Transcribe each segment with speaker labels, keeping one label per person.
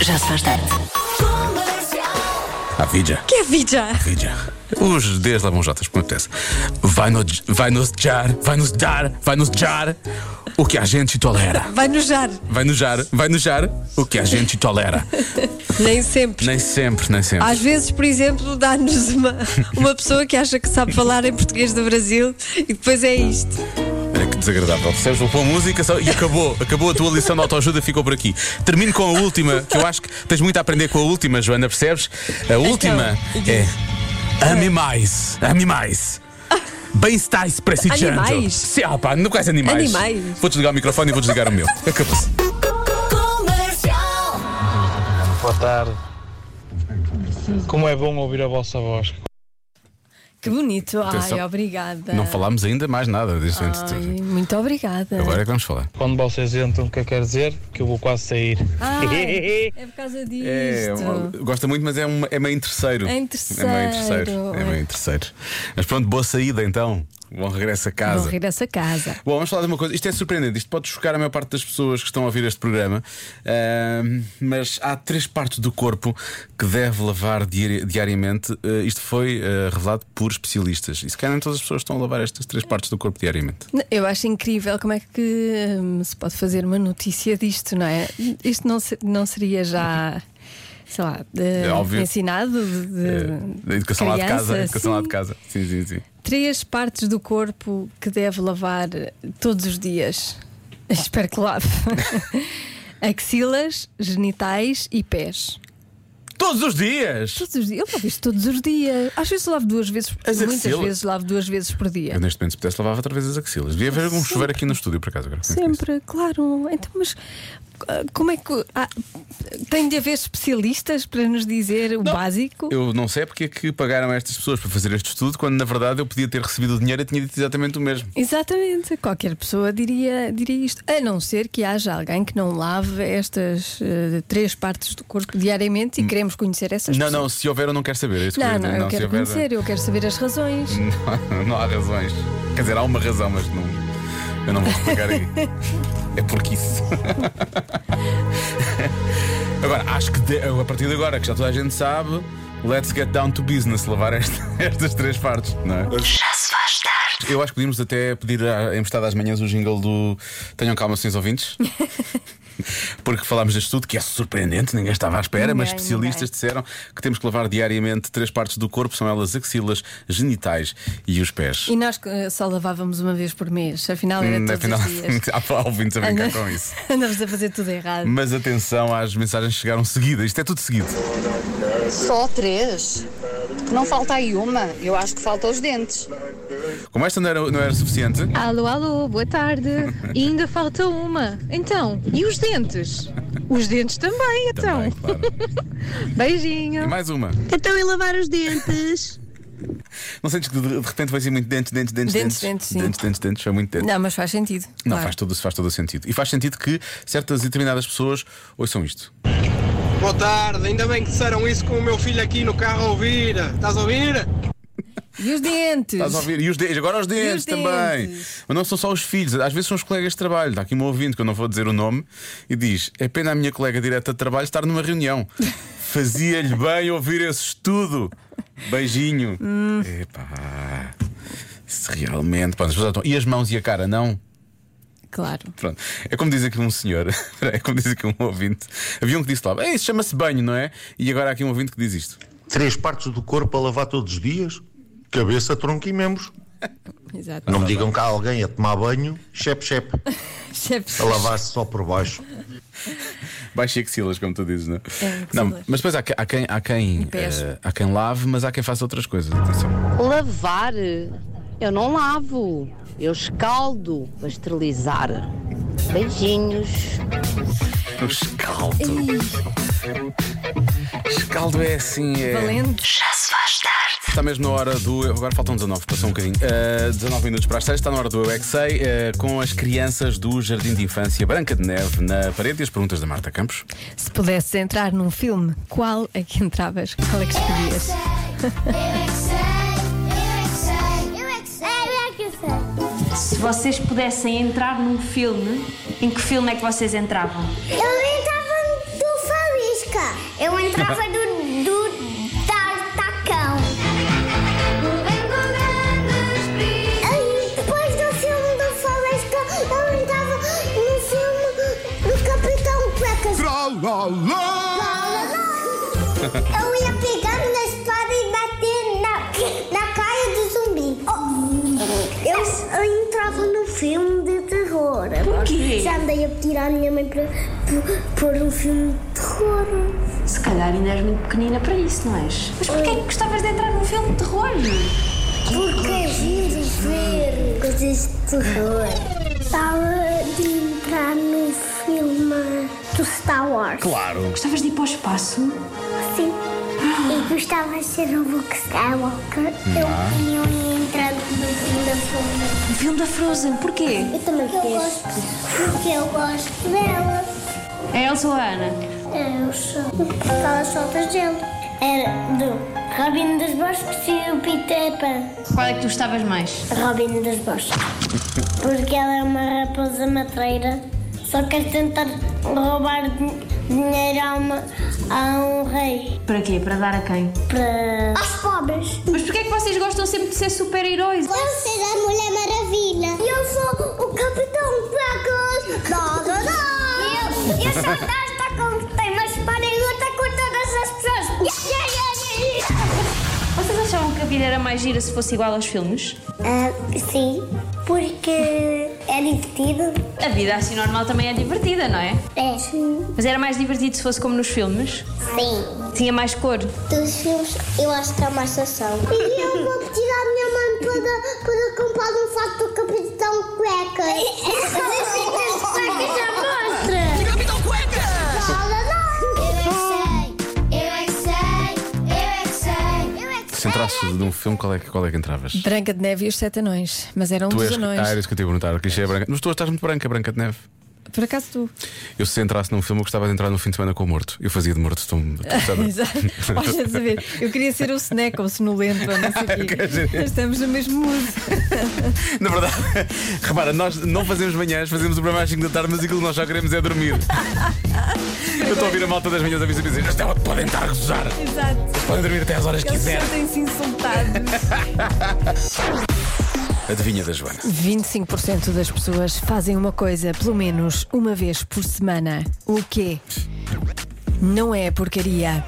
Speaker 1: Já se faz tarde.
Speaker 2: A vida.
Speaker 3: Que é vida?
Speaker 2: Vida. Os Ds lá vão Jotas, como é acontece. Vai, no, vai nos jar, vai nos dar, vai nos jar o que a gente tolera.
Speaker 3: Vai nojar.
Speaker 2: Vai nos jar, vai nos jar o que a gente tolera.
Speaker 3: Nem sempre.
Speaker 2: Nem sempre, nem sempre.
Speaker 3: Às vezes, por exemplo, dá-nos uma, uma pessoa que acha que sabe falar em português do Brasil e depois é isto.
Speaker 2: Olha que desagradável. Percebes uma boa música só- e acabou. Acabou a tua lição de autoajuda, ficou por aqui. Termino com a última, que eu acho que tens muito a aprender com a última, Joana, percebes? A última é. Ame mais. Ame mais. Bem-estais para si,
Speaker 3: Animais?
Speaker 2: Sim, ah, pá, não quais animais.
Speaker 3: Animais.
Speaker 2: Vou desligar o microfone e vou desligar o meu. Acabou-se.
Speaker 4: Boa tarde. Como é bom ouvir a vossa voz.
Speaker 3: Que bonito.
Speaker 2: Atenção.
Speaker 3: Ai, obrigada.
Speaker 2: Não falámos ainda mais nada disto antes de
Speaker 3: Ai,
Speaker 2: tudo.
Speaker 3: muito obrigada.
Speaker 2: Agora Ah, é que vamos falar.
Speaker 4: Quando vocês entram, o que é que quer dizer? Que eu vou quase sair.
Speaker 3: Ai, é por causa disto.
Speaker 2: gosta muito, mas é, uma, é meio interesseiro.
Speaker 3: É interesseiro.
Speaker 2: É meio interesseiro. É meio interesseiro. Mas pronto, boa saída então. Bom regresso a casa.
Speaker 3: Vou rir essa casa.
Speaker 2: Bom, vamos falar de uma coisa. Isto é surpreendente, isto pode chocar a maior parte das pessoas que estão a ouvir este programa, Ahm, mas há três partes do corpo que deve lavar diari- diariamente. Eh, isto foi eh, revelado por especialistas. E se calhar nem todas as pessoas estão a lavar estas três partes do corpo diariamente.
Speaker 3: Eu acho incrível como é que hum, se pode fazer uma notícia disto, não é? Isto não, se- não seria já. Sei lá, de-
Speaker 2: É óbvio.
Speaker 3: ensinado de,
Speaker 2: Eh,
Speaker 3: de
Speaker 2: da educação lá de
Speaker 3: criança,
Speaker 2: casa. Educação lá
Speaker 3: sim.
Speaker 2: de casa. Sim, sim, sim.
Speaker 3: Três partes do corpo que deve lavar todos os dias. Espero que lave: axilas, genitais e pés.
Speaker 2: Todos os dias!
Speaker 3: Todos os dias. Eu lavo isto todos os dias. Às vezes lavo duas vezes,
Speaker 2: As
Speaker 3: muitas
Speaker 2: axilas?
Speaker 3: vezes lavo duas vezes por
Speaker 2: Eu
Speaker 3: dia.
Speaker 2: neste momento, se pudesse, lavava outra vez as axilas. Devia haver algum chuveiro aqui no estúdio, por acaso. Agora. que penso nisso.
Speaker 3: Sempre, claro. Então, mas ah, como é que. ah, tem de haver especialistas para nos dizer o básico?
Speaker 2: Eu não sei porque é que pagaram estas pessoas para fazer este estudo, quando na verdade eu podia ter recebido o dinheiro e tinha dito exatamente o mesmo.
Speaker 3: Exatamente, qualquer pessoa diria, diria isto, a não ser que haja alguém que não lave estas eh, três partes do corpo diariamente e queremos conhecer essas
Speaker 2: Hum. Não,
Speaker 3: pessoas.
Speaker 2: não, se houver eu não quero saber. é isso que
Speaker 3: não,
Speaker 2: eu
Speaker 3: não,
Speaker 2: ia dizer. se
Speaker 3: eu quero
Speaker 2: houver- é? Hum.
Speaker 3: conhecer, eu quero saber as razões.
Speaker 2: Não, não há razões. Quer dizer, há uma razão, mas não, eu não vou explicar aí. É porque isso. Agora, acho que de- a partir de agora, que já toda a gente sabe, let's get down to business lavar esta- estas três partes, não é?
Speaker 1: Já se faz tarde.
Speaker 2: Eu acho que podíamos até pedir a- emprestado às manhãs o jingle do Tenham calma, senhores ouvintes. Porque falámos deste estudo, que é surpreendente, ninguém estava à espera, mas
Speaker 3: Ninguém,
Speaker 2: especialistas
Speaker 3: ninguém.
Speaker 2: disseram que temos que lavar diariamente três partes do corpo, são elas axilas, genitais e os pés.
Speaker 3: E nós eh, só lavávamos uma vez por mês, afinal era
Speaker 2: Hum,
Speaker 3: todos
Speaker 2: Afinal,
Speaker 3: os dias.
Speaker 2: há ouvintes a brincar com isso.
Speaker 3: Andamos a fazer tudo errado.
Speaker 2: Mas atenção às mensagens que chegaram seguidas, isto é tudo seguido.
Speaker 5: Só três? Não falta aí uma? Eu acho que falta os dentes.
Speaker 2: Como esta não era, não era suficiente,
Speaker 3: Ah,
Speaker 6: Alô, alô, boa tarde. E ainda falta uma. Então, e os dentes? Os dentes também, então.
Speaker 2: também, claro.
Speaker 6: Beijinho.
Speaker 2: E mais uma.
Speaker 6: Então, e lavar os dentes?
Speaker 2: Não sentes que de de repente vai ser muito dentes, dentes, dentes,
Speaker 3: Dentes, dentes, sim.
Speaker 2: dentes, dentes, dentes, foi muito dentes.
Speaker 3: Não, mas faz sentido.
Speaker 2: Não,
Speaker 3: claro.
Speaker 2: faz, todo, faz todo o sentido. E faz sentido que certas e determinadas pessoas ouçam isto.
Speaker 7: Boa tarde, ainda bem que disseram isso com o meu filho aqui no carro a ouvir. Estás a ouvir?
Speaker 3: E os dentes?
Speaker 2: Estás a ouvir? E os dentes, agora os dentes também. Mas não são só os filhos, às vezes são os colegas de trabalho. Está aqui um ouvinte que eu não vou dizer o nome e diz: É pena a minha colega direta de trabalho estar numa reunião. Fazia-lhe bem ouvir esse estudo. Beijinho. Epá. Se realmente. pá, as pessoas estão- E as mãos e a cara, não?
Speaker 3: Claro.
Speaker 2: Pronto. É como diz aqui um senhor, é como diz aqui um ouvinte. Havia um que disse lá, "Eh, isso chama-se banho, não é? E agora há aqui um ouvinte que diz isto.
Speaker 8: Três partes do corpo a lavar todos os dias? Cabeça, tronco e membros.
Speaker 3: Exato.
Speaker 8: Não me digam que há alguém a tomar banho, chepe, chepe,
Speaker 3: Chefes.
Speaker 8: a lavar-se só por baixo.
Speaker 2: Baixo e axilas, como tu dizes, não é?
Speaker 3: axilas.
Speaker 2: não, mas depois há, que- há quem, há, quem,
Speaker 3: pés.
Speaker 2: eh, há quem lave, mas há quem faça outras coisas. Atenção.
Speaker 9: Lavar? Eu não lavo. Eu escaldo para esterilizar. Beijinhos.
Speaker 2: O escaldo. Escaldo é assim, é.
Speaker 3: Valente.
Speaker 1: Já se faz tarde.
Speaker 2: Está mesmo na hora do. Agora faltam 19, passou um bocadinho. Ah, 19 minutos para as 6, está na hora do Eu é Que Sei, ah, com as crianças do Jardim de Infância Branca de Neve na parede e as perguntas da Marta Campos.
Speaker 3: Se pudesses entrar num filme, qual é que entravas? Qual é que escolhias?
Speaker 10: é é Se vocês pudessem entrar num filme, em que filme é que vocês entravam?
Speaker 9: Eu entrava do Fabisca.
Speaker 10: Eu entrava do, do ta- tacão. Aí, depois do filme do Floresta, eu entrava no filme do Capitão Cuecas. Eu ia pegar na espada e bater na, na cara do zumbi. Oh. Eu, eu entrava no filme de terror. Por quê? Já andei a pedir à minha mãe para pôr um filme de terror.
Speaker 11: Se calhar ainda és muito pequenina para isso, não és? Mas porquê é que gostavas de entrar num filme de terror?
Speaker 10: Porque é giro ver coisas de terror. Estava de entrar no filme do Star Wars.
Speaker 2: Claro.
Speaker 10: Gostavas de ir para o espaço? Sim. assim. E gostava de ser o Luke Skywalker.
Speaker 2: Ah.
Speaker 10: Eu ia entrar no filme da Frozen. No filme da Frozen? Porquê? Eu também porque eu gosto, Porque eu gosto dela. É Elsa ou a Ana? Elsa. Porque elas soltas dele. Era do Robin dos Bosques e o Peter Pan. Qual é que tu gostavas mais? Robin dos Bosques. Porque ela é uma raposa matreira. Só quer tentar roubar din- dinheiro a, uma- a um rei.
Speaker 11: Para quê? Para dar a quem?
Speaker 10: Para... Aos pobres.
Speaker 11: Mas porquê é que vocês gostam sempre de ser é super-heróis?
Speaker 10: Eu sou é a Mulher Maravilha. Eu sou o Capitão Placas. Dó, dó, dó. Eu, eu sou a Dasta com tem uma espada e luta com todas as pessoas. Yeah, yeah, yeah, yeah.
Speaker 11: Vocês achavam que a vida era mais gira se fosse igual aos filmes?
Speaker 10: Ah, sim, porque é divertido.
Speaker 11: A vida assim normal também é divertida, não é?
Speaker 10: É. Sim.
Speaker 11: Mas era mais divertido se fosse como nos filmes? Tinha mais cor?
Speaker 10: Dos filmes, eu acho que é há mais ação. E eu vou pedir à minha mãe para, para comprar um fato do Capitão Cuecas. As cuecas já mostra. Capitão Cuecas! Eu é que sei, eu é que sei, eu é que sei.
Speaker 2: Se entrasse de um filme, qual é que, qual é que entravas?
Speaker 3: Branca de Neve e os Sete Anões. Mas eram um
Speaker 2: tu
Speaker 3: dos
Speaker 2: és.
Speaker 3: anões.
Speaker 2: Ah, era isso que eu te ia perguntar. Que é branca. Mas tu estás muito branca, é Branca de Neve.
Speaker 3: Por acaso tu.
Speaker 2: Eu se entrasse num filme, eu gostava de entrar num fim de semana com o morto. Eu fazia de morto, estou
Speaker 3: Exato. Olha, a saber, eu queria ser o Snack ou sonolento, ou não
Speaker 2: Quer
Speaker 3: sei o quê.
Speaker 2: dizer-
Speaker 3: Estamos no mesmo mood.
Speaker 2: Na verdade, repara, nós não fazemos manhãs, fazemos o programa às 5 da tarde, mas aquilo que nós já queremos é dormir. Eu estou a ouvir a malta das manhãs a dizer, dizer, "Esta é onde podem estar a gozar.
Speaker 3: Exato.
Speaker 2: Podem dormir até às horas que
Speaker 3: Eles
Speaker 2: quiserem.
Speaker 3: sentem-se insultados.
Speaker 2: Adivinha da Joana.
Speaker 3: 25% das pessoas fazem uma coisa pelo menos uma vez por semana. O quê? Não é porcaria.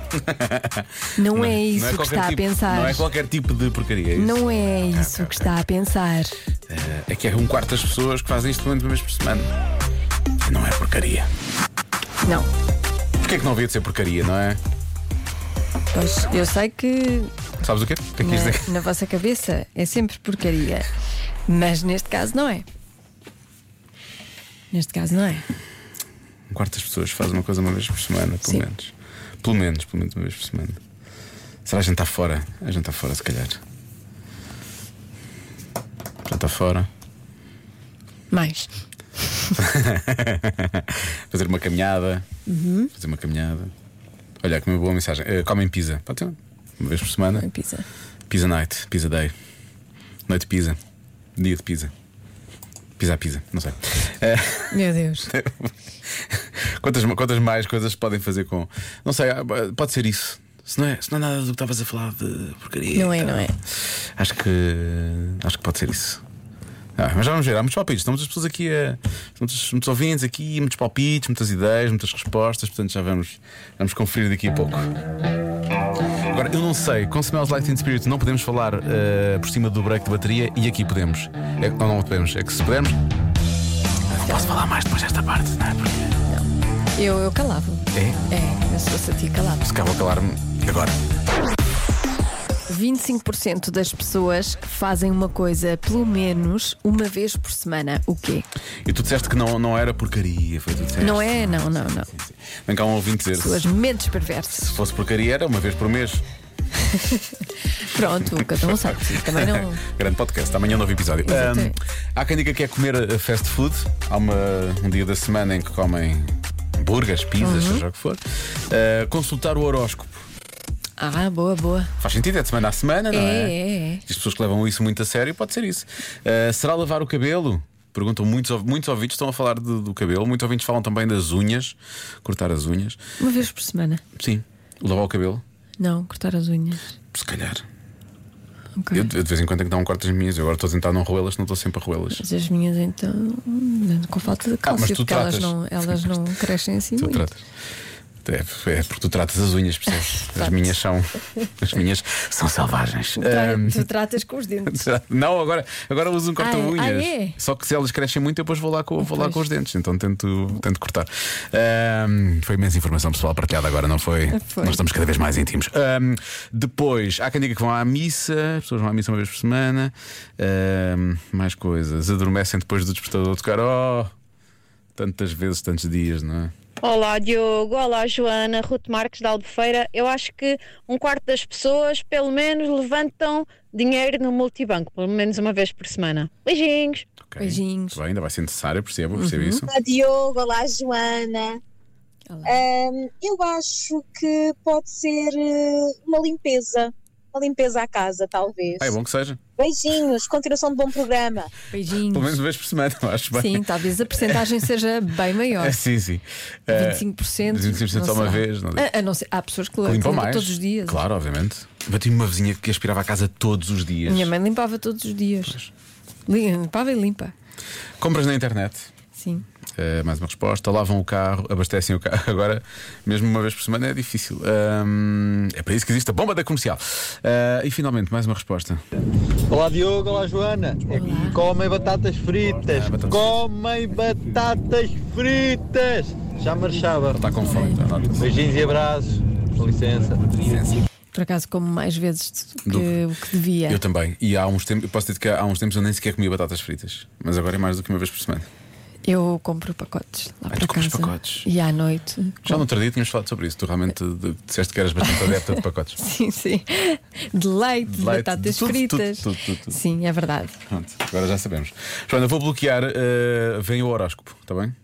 Speaker 3: Não, é isso que
Speaker 2: qualquer
Speaker 3: está a
Speaker 2: tipo-
Speaker 3: pensar.
Speaker 2: Não é qualquer tipo de porcaria. É isso?
Speaker 3: Não é isso que está a pensar.
Speaker 2: É que é um quarto das pessoas que fazem isto pelo menos uma vez por semana. Não é porcaria.
Speaker 3: Não.
Speaker 2: Porquê é que não havia de ser porcaria, não é?
Speaker 3: Pois eu sei que
Speaker 2: Sabes o quê? O que é que quis dizer?
Speaker 3: na, na vossa cabeça é sempre porcaria. Mas neste caso não é. Neste caso não é.
Speaker 2: Um quarto das pessoas faz uma coisa uma vez por semana, pelo menos. Pelo menos, pelo menos uma vez por semana. Será que a gente está fora? A gente está fora, se calhar. Já está fora.
Speaker 3: Mais.
Speaker 2: Fazer uma caminhada.
Speaker 3: Uhum.
Speaker 2: Fazer uma caminhada. Olha, que uma boa mensagem. Eh, comem pizza. Pode ser? Uma vez por semana. Comem
Speaker 3: pizza.
Speaker 2: Pizza night, pizza day. Noite de pizza. Dia de pizza. Pizza a pizza, não sei. Eh,
Speaker 3: Meu Deus.
Speaker 2: quantas, quantas mais coisas podem fazer com. Não sei, ah, pode ser isso. Se não é, se não é nada do que estavas a falar de porcaria.
Speaker 3: Não é, não é.
Speaker 2: Acho que. Acho que pode ser isso. Ah, mas já vamos ver, há muitos palpites. Estamos as pessoas aqui a. Muitos, muitos ouvintes aqui, muitos palpites, muitas ideias, muitas respostas, portanto já vamos, vamos conferir daqui a pouco. Agora, eu não sei, com Smells Light and Spirit não podemos falar eh, por cima do break de bateria e aqui podemos. É, não, não podemos, é que se pudermos. Não posso falar mais depois desta parte, não é? Porque.
Speaker 3: Eu, eu calava.
Speaker 2: É?
Speaker 3: É, eu se fosse a ti calava.
Speaker 2: Se acaba a calar-me agora.
Speaker 3: 25% das pessoas fazem uma coisa pelo menos uma vez por semana. O quê?
Speaker 2: E tu disseste que não, não era porcaria, foi tu disseste.
Speaker 3: Não é? Não, não, não.
Speaker 2: Vem cá um ouvinte dizer.
Speaker 3: Pessoas
Speaker 2: Se
Speaker 3: mentes perversas.
Speaker 2: se fosse porcaria era uma vez por mês.
Speaker 3: Pronto, cada um sabe. Também não.
Speaker 2: É, Grande podcast, amanhã novo episódio.
Speaker 3: Exatamente.
Speaker 2: Ahm, há quem diga que é comer uh, fast food. Há uma- um dia da semana em que comem hambúrgueres, pizzas,
Speaker 3: Uhum.
Speaker 2: seja o que for. Ah, consultar o horóscopo.
Speaker 3: Ah, boa, boa.
Speaker 2: Faz sentido, é de semana a semana, não é?
Speaker 3: É, é, é.
Speaker 2: As pessoas que levam isso muito a sério, pode ser isso. Ah, será lavar o cabelo? Perguntam muitos, ouv- muitos ouvintes, estão a falar do, do cabelo, muitos ouvintes falam também das unhas, cortar as unhas.
Speaker 3: Uma vez por semana.
Speaker 2: Sim. Lavar o cabelo?
Speaker 3: Não, cortar as unhas.
Speaker 2: Se calhar.
Speaker 3: Ok.
Speaker 2: Eu, eu de vez em quando tenho que dar um corte às minhas. Eu agora estou a tentar não roê-las, não estou sempre a roê-las.
Speaker 3: Mas as minhas então com falta de
Speaker 2: Ah, mas tu
Speaker 3: cálcio, porque elas
Speaker 2: tratas.
Speaker 3: não, elas não crescem assim
Speaker 2: Tu
Speaker 3: muito.
Speaker 2: tratas. É, é porque tu tratas as unhas, percebes? As minhas são. As minhas são selvagens.
Speaker 3: Tra-
Speaker 2: Ahm,
Speaker 3: Tu tratas com os dentes.
Speaker 2: Não, agora, agora uso um corta-unhas.
Speaker 3: Ah, é?
Speaker 2: Só que se elas crescem muito, eu depois vou lá com, vou lá com os dentes. Então tento, tento cortar. Ahm, foi imensa informação pessoal partilhada agora, não foi?
Speaker 3: Foi.
Speaker 2: Nós estamos cada vez mais íntimos. Ahm, depois, há quem diga que vão à missa, as pessoas vão à missa uma vez por semana. Ahm, mais coisas. Adormecem depois do despertador tocar. Oh, tantas vezes, tantos dias, não é?
Speaker 12: Olá Diogo, olá Joana, Ruth Marques da Albufeira. Eu acho que um quarto das pessoas, pelo menos, levantam dinheiro no multibanco, pelo menos uma vez por semana. Beijinhos!
Speaker 3: Beijinhos.
Speaker 2: Bem, ainda vai ser necessário, percebo, percebo
Speaker 3: Uhum.
Speaker 2: isso.
Speaker 13: Olá, Diogo. Olá, Joana. Ahm, eu acho que pode ser eh, uma limpeza. Uma limpeza à casa, talvez.
Speaker 2: Ah, é bom que seja.
Speaker 13: Beijinhos. Continuação de bom programa.
Speaker 3: Beijinhos.
Speaker 2: Pelo menos uma vez por semana, eu acho bem.
Speaker 3: Sim, talvez a percentagem seja bem maior.
Speaker 2: É, sim, sim. Eh,
Speaker 3: 25%.
Speaker 2: 25% só
Speaker 3: não
Speaker 2: uma
Speaker 3: sei.
Speaker 2: vez. Não
Speaker 3: A, a não ser, há pessoas que
Speaker 2: Que limpam
Speaker 3: limpam
Speaker 2: Eh, mais.
Speaker 3: todos os dias.
Speaker 2: Claro, obviamente. Eu tive uma vizinha que aspirava a casa todos os dias.
Speaker 3: Minha mãe limpava todos os dias. Limpava e limpa.
Speaker 2: Compras na internet.
Speaker 3: Sim.
Speaker 2: Eh, mais uma resposta. Lavam o carro, abastecem o carro. Agora, mesmo uma vez por semana, é difícil. Ahm, é para isso que existe a bomba da comercial. Ah, e finalmente, mais uma resposta.
Speaker 14: Olá Diogo, olá Joana. Comem batatas fritas. Comem batatas fritas. Já marchava.
Speaker 2: Está com fome. então,
Speaker 14: Beijinhos e abraços. Com licença.
Speaker 3: Por acaso, como mais vezes do que
Speaker 2: Do-
Speaker 3: o que devia.
Speaker 2: Eu também. E há uns tempos, eu posso dizer que há uns tempos eu nem sequer comia batatas fritas. Mas agora é mais do que uma vez por semana.
Speaker 3: Eu compro pacotes
Speaker 2: Ah,
Speaker 3: lá para
Speaker 2: tu compras
Speaker 3: casa.
Speaker 2: pacotes?
Speaker 3: E à noite.
Speaker 2: Já no outro dia tínhamos falado sobre isso. Tu realmente de- disseste que eras bastante adepta de pacotes.
Speaker 3: Sim, sim. De leite, de
Speaker 2: Leite,
Speaker 3: batatas
Speaker 2: de tudo,
Speaker 3: fritas.
Speaker 2: tudo, tudo, tudo, tudo.
Speaker 3: Sim, é verdade.
Speaker 2: Pronto, agora já sabemos. Joana, vou bloquear. eh, vem o horóscopo, está bem?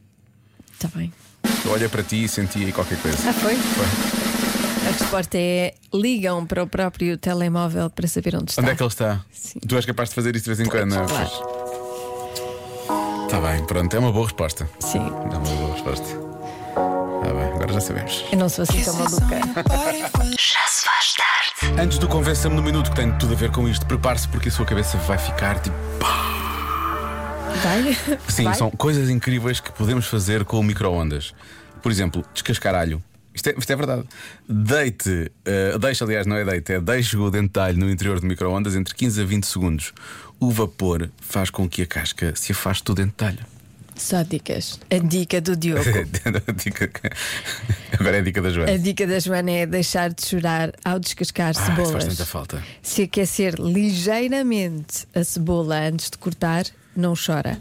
Speaker 3: Está Tá bem.
Speaker 2: Eu olhei para ti e senti aí qualquer coisa.
Speaker 3: Ah, foi? A resposta é: ligam para o próprio telemóvel para saber onde está.
Speaker 2: Onde é que ele está? Tu és capaz de fazer isso de vez em quando, não é?
Speaker 3: Claro.
Speaker 2: Está bem, pronto, é uma boa resposta.
Speaker 3: Sim.
Speaker 2: É uma boa resposta. Está bem, agora já sabemos.
Speaker 3: Eu não sou assim tão maluca.
Speaker 1: Já se faz tarde.
Speaker 2: Antes do Convença-me no Minuto, que tem tudo a ver com isto, prepare-se porque a sua cabeça vai ficar tipo.
Speaker 3: Vai?
Speaker 2: Sim,
Speaker 3: Vai?
Speaker 2: são coisas incríveis que podemos fazer com o micro-ondas. Por exemplo, descascar alho. Isto é, isto é verdade. Deite, eh, deixe, aliás, não é deite, é deixe o dente de alho no interior do micro-ondas entre 15 a 20 segundos. O vapor faz com que a casca se afaste do dente de alho.
Speaker 3: Só dicas. A dica do Diogo.
Speaker 2: Dica- Agora é a dica da Joana.
Speaker 3: A dica da Joana é deixar de chorar ao descascar
Speaker 2: Ah, isso faz tanta
Speaker 3: cebolas.
Speaker 2: falta.
Speaker 3: Se aquecer ligeiramente a cebola antes de cortar, não chora.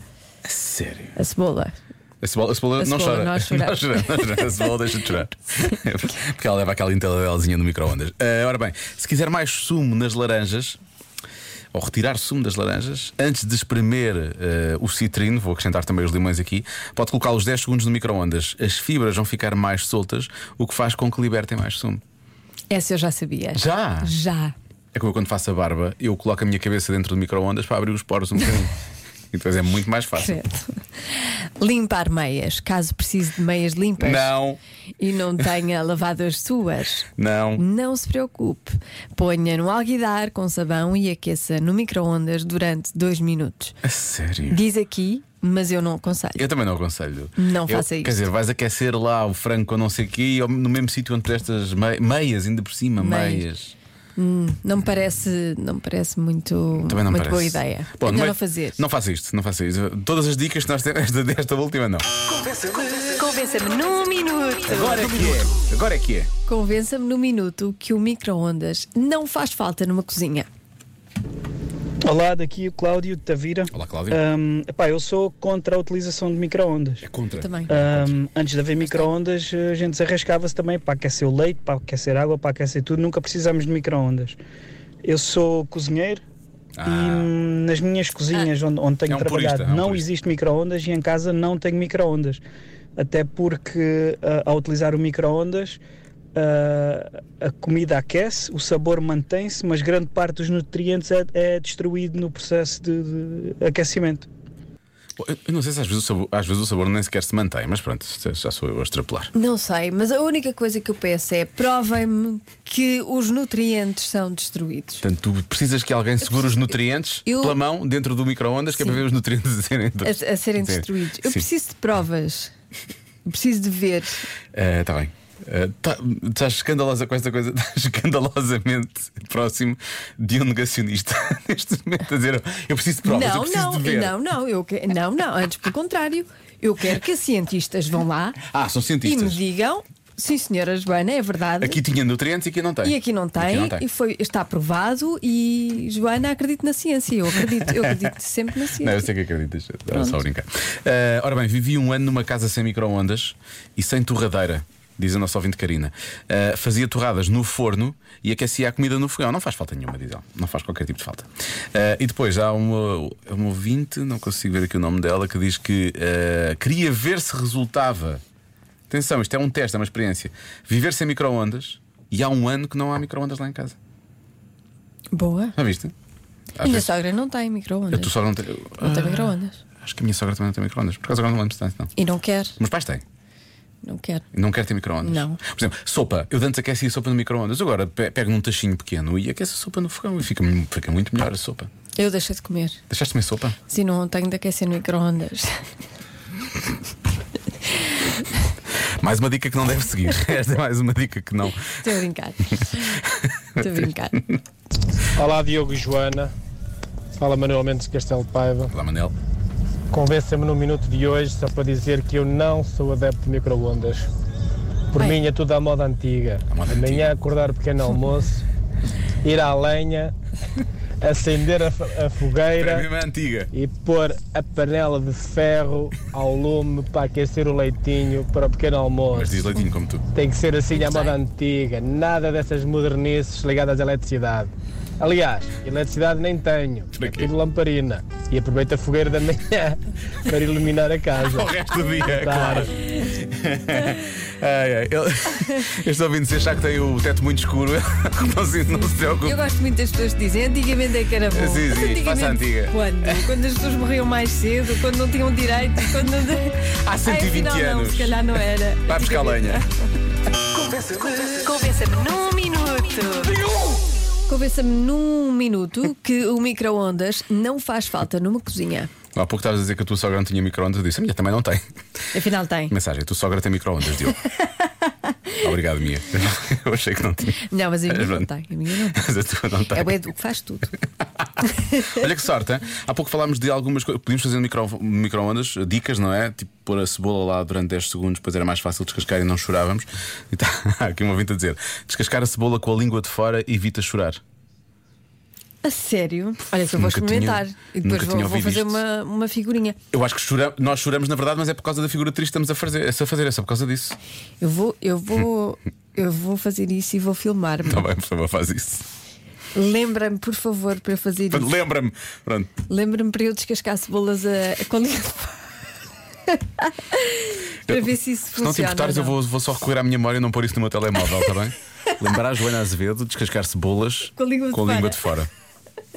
Speaker 2: Sério.
Speaker 3: A cebola.
Speaker 2: A cebola, a cebola
Speaker 3: A
Speaker 2: não
Speaker 3: cebola,
Speaker 2: chora.
Speaker 3: nós choramos.
Speaker 2: Nós choramos, nós choramos. A cebola deixa de chorar. Porque ela leva aquela inteladelzinha no micro-ondas. Ah, ora bem, se quiser mais sumo nas laranjas, ou retirar sumo das laranjas, antes de espremer ah, o citrino, vou acrescentar também os limões aqui, pode colocá-los 10 segundos no micro-ondas. As fibras vão ficar mais soltas, o que faz com que libertem mais sumo.
Speaker 3: Essa eu já sabia.
Speaker 2: Já?
Speaker 3: Já.
Speaker 2: É como eu quando faço a barba, eu coloco a minha cabeça dentro do micro-ondas para abrir os poros um bocadinho. E depois é muito mais fácil.
Speaker 3: Credo. Limpar meias, caso precise de meias limpas.
Speaker 2: Não.
Speaker 3: E não tenha lavado as suas.
Speaker 2: Não.
Speaker 3: Não se preocupe. Ponha no alguidar com sabão e aqueça no micro-ondas durante dois minutos.
Speaker 2: A sério.
Speaker 3: Diz aqui, mas eu não aconselho.
Speaker 2: Eu também não aconselho.
Speaker 3: Não
Speaker 2: Eu-
Speaker 3: faça isto.
Speaker 2: Quer dizer, vais aquecer lá o frango com não sei o quê e ao- no mesmo sítio onde puseste as mei- meias, ainda por cima,
Speaker 3: Meias.
Speaker 2: meias.
Speaker 3: Hum, não me parece, não me parece muito,
Speaker 2: Também não
Speaker 3: muito
Speaker 2: parece.
Speaker 3: boa ideia.
Speaker 2: Bom,
Speaker 3: Melhor
Speaker 2: mas-
Speaker 3: não fazer.
Speaker 2: Não faça isto, não faça isto. Todas as dicas que nós temos desta, desta última, não.
Speaker 3: Convença-me num minuto.
Speaker 2: Agora é que é. Agora é que é.
Speaker 3: Convença-me num minuto que o micro-ondas não faz falta numa cozinha.
Speaker 15: Olá, daqui o Cláudio de Tavira. Hum,
Speaker 2: Olá, Cláudio.
Speaker 15: epá, eu sou contra a utilização de micro-ondas. É
Speaker 2: contra.
Speaker 3: Também.
Speaker 4: Ah,
Speaker 15: antes de haver micro-ondas, eh, a gente se arriscava-se também para aquecer o leite, para aquecer água, para aquecer tudo. Nunca precisámos de micro-ondas. Eu sou cozinheiro e hum, nas minhas cozinhas onde, onde tenho
Speaker 16: Ah. É um purista,
Speaker 15: trabalhado
Speaker 16: é um
Speaker 15: não
Speaker 16: purista.
Speaker 15: existe micro-ondas e em casa não tenho micro-ondas. Até porque ah, ao utilizar o micro-ondas. ah, a comida aquece, o sabor mantém-se, mas grande parte dos nutrientes é, é destruído no processo de, de aquecimento.
Speaker 2: Eu eu não sei se às vezes, o sabor, às vezes o sabor nem sequer se mantém, mas pronto, já sou eu a extrapolar.
Speaker 3: Não sei, mas a única coisa que eu peço é provem-me que os nutrientes são destruídos.
Speaker 2: Portanto, tu precisas que alguém segure os nutrientes
Speaker 3: eu-
Speaker 2: pela mão dentro do micro-ondas, que é
Speaker 3: Sim.
Speaker 2: para ver os nutrientes a serem,
Speaker 3: A, a serem destruídos. Eu
Speaker 2: Sim.
Speaker 3: preciso de provas. Preciso de ver.
Speaker 2: Está bem. Eh, tá- Estás escandalosa com esta coisa, estás escandalosamente próximo de um negacionista neste momento a dizer eu preciso de provas, eu
Speaker 3: não,
Speaker 2: preciso
Speaker 3: não,
Speaker 2: de ver.
Speaker 3: não, não, eu que- não, não, antes pelo contrário. Eu quero que as cientistas vão lá
Speaker 2: Ah, são
Speaker 3: e me
Speaker 2: cientistas.
Speaker 3: digam, sim, senhora Joana, é verdade.
Speaker 2: Aqui tinha nutrientes e aqui não tem.
Speaker 3: E aqui não tem,
Speaker 2: Aqui não
Speaker 3: e foi, está aprovado. E Joana, acredito na ciência. Eu acredito, eu acredito sempre na ciência.
Speaker 2: Não, eu sei que acreditas. Estava
Speaker 3: Pronto.
Speaker 2: só a brincar. Ah, ora bem, vivi um ano numa casa sem micro-ondas e sem torradeira. Diz a nossa ouvinte Karina. Ah, fazia torradas no forno e aquecia a comida no fogão. Não faz falta nenhuma, diz ela. Não faz qualquer tipo de falta. Ah, e depois há uma, é uma ouvinte, não consigo ver aqui o nome dela, que diz que ah, queria ver se resultava. Atenção, isto é um teste, é uma experiência. Viver sem micro-ondas e há um ano que não há micro-ondas lá em casa.
Speaker 3: Boa.
Speaker 2: Já viste?
Speaker 3: A
Speaker 2: Às
Speaker 3: minha
Speaker 2: vezes-
Speaker 3: sogra não tem
Speaker 2: Eu
Speaker 3: micro-ondas.
Speaker 2: tu só Ah. não tenho.
Speaker 3: Não tem micro-ondas.
Speaker 2: Acho que a minha sogra também não tem microondas. Por acaso agora não lembro se tem, não.
Speaker 3: E não quer,
Speaker 2: Meus pais têm.
Speaker 3: não quer.
Speaker 2: Não quero ter microondas.
Speaker 3: Não.
Speaker 2: Por exemplo, sopa. Eu de antes aquecia a sopa no microondas. Agora pe- pego num tachinho pequeno e aqueço a sopa no fogão e fica, fica muito melhor a sopa.
Speaker 3: Eu deixei de comer.
Speaker 2: Deixaste comer sopa?
Speaker 3: Se não tenho de aquecer no micro-ondas.
Speaker 2: Mais uma dica que não deve seguir. Esta é mais uma dica que não.
Speaker 3: Estou a brincar. Estou a brincar.
Speaker 4: Olá, Diogo e Joana. Fala Manuel Mendes de Castelo de Paiva.
Speaker 2: Olá, Manel.
Speaker 4: Convença-me no minuto de hoje só para dizer que eu não sou adepto de microondas. Por
Speaker 3: Ai.
Speaker 4: mim é tudo à moda antiga. Amanhã acordar pequeno almoço, ir à lenha, acender a, f- a fogueira
Speaker 2: Para mim é antiga.
Speaker 4: e pôr a panela de ferro ao lume para aquecer o leitinho para o pequeno almoço.
Speaker 2: Mas diz leitinho como tu.
Speaker 4: Tem que ser assim à moda antiga, nada dessas modernices ligadas à eletricidade. Aliás, eletricidade nem tenho, é tudo lamparina. E aproveito a fogueira da manhã para iluminar a casa.
Speaker 2: O resto do dia,
Speaker 4: Tá.
Speaker 2: claro. ai, ai. Eu, eu estou ouvindo se achar que tem o teto muito escuro. Não se, não se preocupe.
Speaker 3: Eu gosto muito das pessoas que dizem antigamente é que era bom.
Speaker 2: Sim, sim,
Speaker 3: Antigamente,
Speaker 2: faça a antiga.
Speaker 3: Quando? Quando as pessoas morriam mais cedo, quando não tinham direito, quando não.
Speaker 2: Há 120
Speaker 3: Ai, afinal,
Speaker 2: anos.
Speaker 3: Não, se calhar não era.
Speaker 2: Vai buscar lenha.
Speaker 3: Convença-me num minuto. Convença-me num minuto que o micro-ondas não faz falta numa cozinha.
Speaker 2: Há pouco estavas a dizer que a tua sogra não tinha microondas. Eu disse, a minha também não tem.
Speaker 3: Afinal tem.
Speaker 2: Mensagem: a tua sogra tem microondas, Diogo. Obrigado, minha. Eu achei que não tinha.
Speaker 3: Não, mas a minha não
Speaker 2: Pronto.
Speaker 3: tem. A minha não tem.
Speaker 2: Mas a tua não tem.
Speaker 3: É o Edu que faz tudo.
Speaker 2: Olha que sorte, hein? há pouco falámos de algumas coisas. Podíamos fazer no micro- micro-ondas, dicas, não é? Tipo, pôr a cebola lá durante 10 segundos, depois era mais fácil descascar e não chorávamos. E tá há aqui um ouvinte a dizer: descascar a cebola com a língua de fora evita chorar.
Speaker 3: A sério? Olha, que eu vou
Speaker 2: Nunca tinha-
Speaker 3: experimentar. e depois
Speaker 2: nunca
Speaker 3: vou,
Speaker 2: tinha
Speaker 3: vou
Speaker 2: ouvido
Speaker 3: fazer
Speaker 2: isto.
Speaker 3: uma, uma figurinha.
Speaker 2: Eu acho que chora- nós choramos, na verdade, mas é por causa da figura triste que estamos a fazer, a fazer, é só por causa disso.
Speaker 3: Eu vou, eu vou, eu vou fazer isso e vou filmar-me.
Speaker 2: Está Tá bem, por favor, faz isso.
Speaker 3: Lembra-me, por favor, para eu fazer isso.
Speaker 2: Lembra-me. Pronto.
Speaker 3: Lembra-me para eu descascar cebolas a, a quando. para ver se isso
Speaker 2: Se não
Speaker 3: funciona.
Speaker 2: te importares,
Speaker 3: ou
Speaker 2: eu vou, vou só recorrer à minha memória e não pôr isso no meu telemóvel, está bem? Lembrar a Joana Azevedo de descascar cebolas
Speaker 3: Com a língua de
Speaker 2: com a língua
Speaker 3: fora.
Speaker 2: de fora.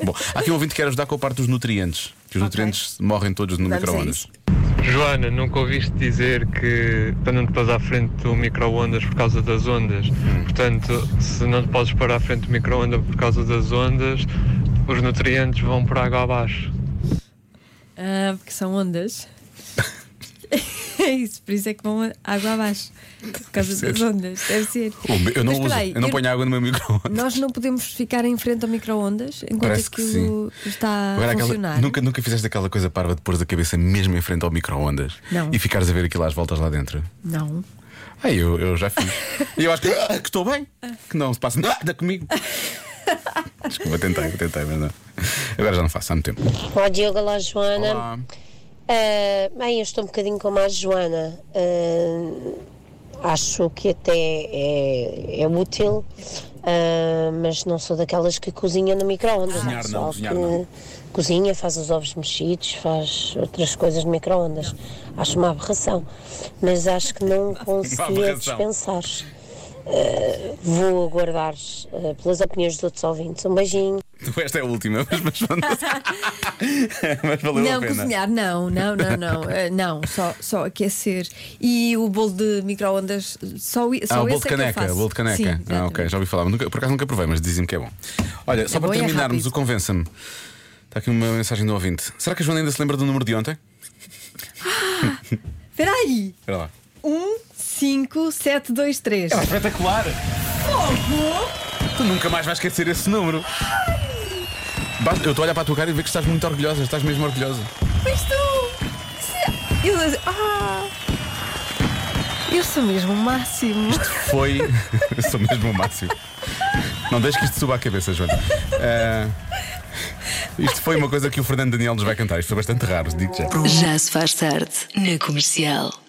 Speaker 2: Bom, há aqui um ouvinte que quer ajudar com a parte dos nutrientes, que os nutrientes morrem todos no
Speaker 3: Vamos a
Speaker 2: microondas.
Speaker 17: Joana, nunca ouviste dizer que para não te pôs à frente do micro-ondas por causa das ondas.
Speaker 2: Hum.
Speaker 17: Portanto, se não te podes pôr à frente do micro-ondas por causa das ondas, os nutrientes vão por água abaixo.
Speaker 3: Ah, porque são ondas. É isso, por isso é que vão a- água abaixo. Por causa
Speaker 2: Deve
Speaker 3: das
Speaker 2: ser.
Speaker 3: ondas, deve ser.
Speaker 2: Oh, Eu não
Speaker 3: Mas
Speaker 2: uso,
Speaker 3: espera aí,
Speaker 2: eu não
Speaker 3: eu-
Speaker 2: ponho água no meu microondas.
Speaker 3: Nós não podemos ficar em frente ao micro-ondas enquanto
Speaker 2: Parece que
Speaker 3: aquilo está
Speaker 2: Agora
Speaker 3: a
Speaker 2: aquela-
Speaker 3: funcionar.
Speaker 2: nunca, nunca fizeste aquela coisa parva de pôres a cabeça mesmo em frente ao microondas
Speaker 3: Não.
Speaker 2: e ficares a ver aquilo às voltas lá dentro.
Speaker 3: Não.
Speaker 2: Ah, eu, eu já fiz. E eu acho que, ah, que estou bem, que não se passa nada comigo. Desculpa, tentei, tentei, mas não. Agora já não faço, há muito tempo.
Speaker 18: Olá Diogo, olá Joana.
Speaker 2: Olá.
Speaker 18: Ah, bem, eu estou um bocadinho como a Joana. Ah, acho que até é, é útil, ah, mas não sou daquelas que cozinha no micro-ondas.
Speaker 19: Cozinhar
Speaker 18: Há
Speaker 19: não,
Speaker 18: pessoal
Speaker 19: cozinhar
Speaker 18: que
Speaker 19: não.
Speaker 18: Cozinha, faz os ovos mexidos, faz outras coisas no micro-ondas. Acho uma aberração, mas acho que não
Speaker 19: Uma
Speaker 18: conseguia
Speaker 19: aberração.
Speaker 18: dispensar. eh, vou aguardar eh, pelas opiniões dos outros ouvintes. Um beijinho.
Speaker 2: Esta é a última, mas, mas, mas valeu a
Speaker 3: não,
Speaker 2: pena.
Speaker 3: cozinhar, não, não, não, não. Eh, não, só, só aquecer. E o bolo de microondas, só, i- só
Speaker 2: ah, o bolo
Speaker 3: esse
Speaker 2: de
Speaker 3: é que eu
Speaker 2: caneca,
Speaker 3: faço.
Speaker 2: o bolo de caneca.
Speaker 3: Sim,
Speaker 2: ah, ok, já ouvi falar. mas Nunca, por acaso nunca provei, mas dizem que é bom. Olha, só
Speaker 3: É
Speaker 2: para
Speaker 3: bom e é
Speaker 2: terminarmos
Speaker 3: rápido.
Speaker 2: o Convença-me, está aqui uma mensagem do ouvinte. Será que a Joana ainda se lembra do número de ontem?
Speaker 3: Espera aí.
Speaker 2: Espera lá.
Speaker 3: 15723.
Speaker 2: É espetacular!
Speaker 3: Fogo!
Speaker 2: Tu nunca mais vais esquecer esse número. Basta- Eu estou a olhar para a tua cara e vejo que estás muito orgulhosa, estás mesmo orgulhosa.
Speaker 3: Mas tu! se- Eu, ah, eu sou mesmo o máximo.
Speaker 2: Foi. Eu sou mesmo o máximo. Não deixes que isto suba à cabeça, Joana. Ah, isto foi uma coisa que o Fernando Daniel nos vai cantar. Isto foi bastante raro, digo já.
Speaker 11: Já se faz tarde na comercial.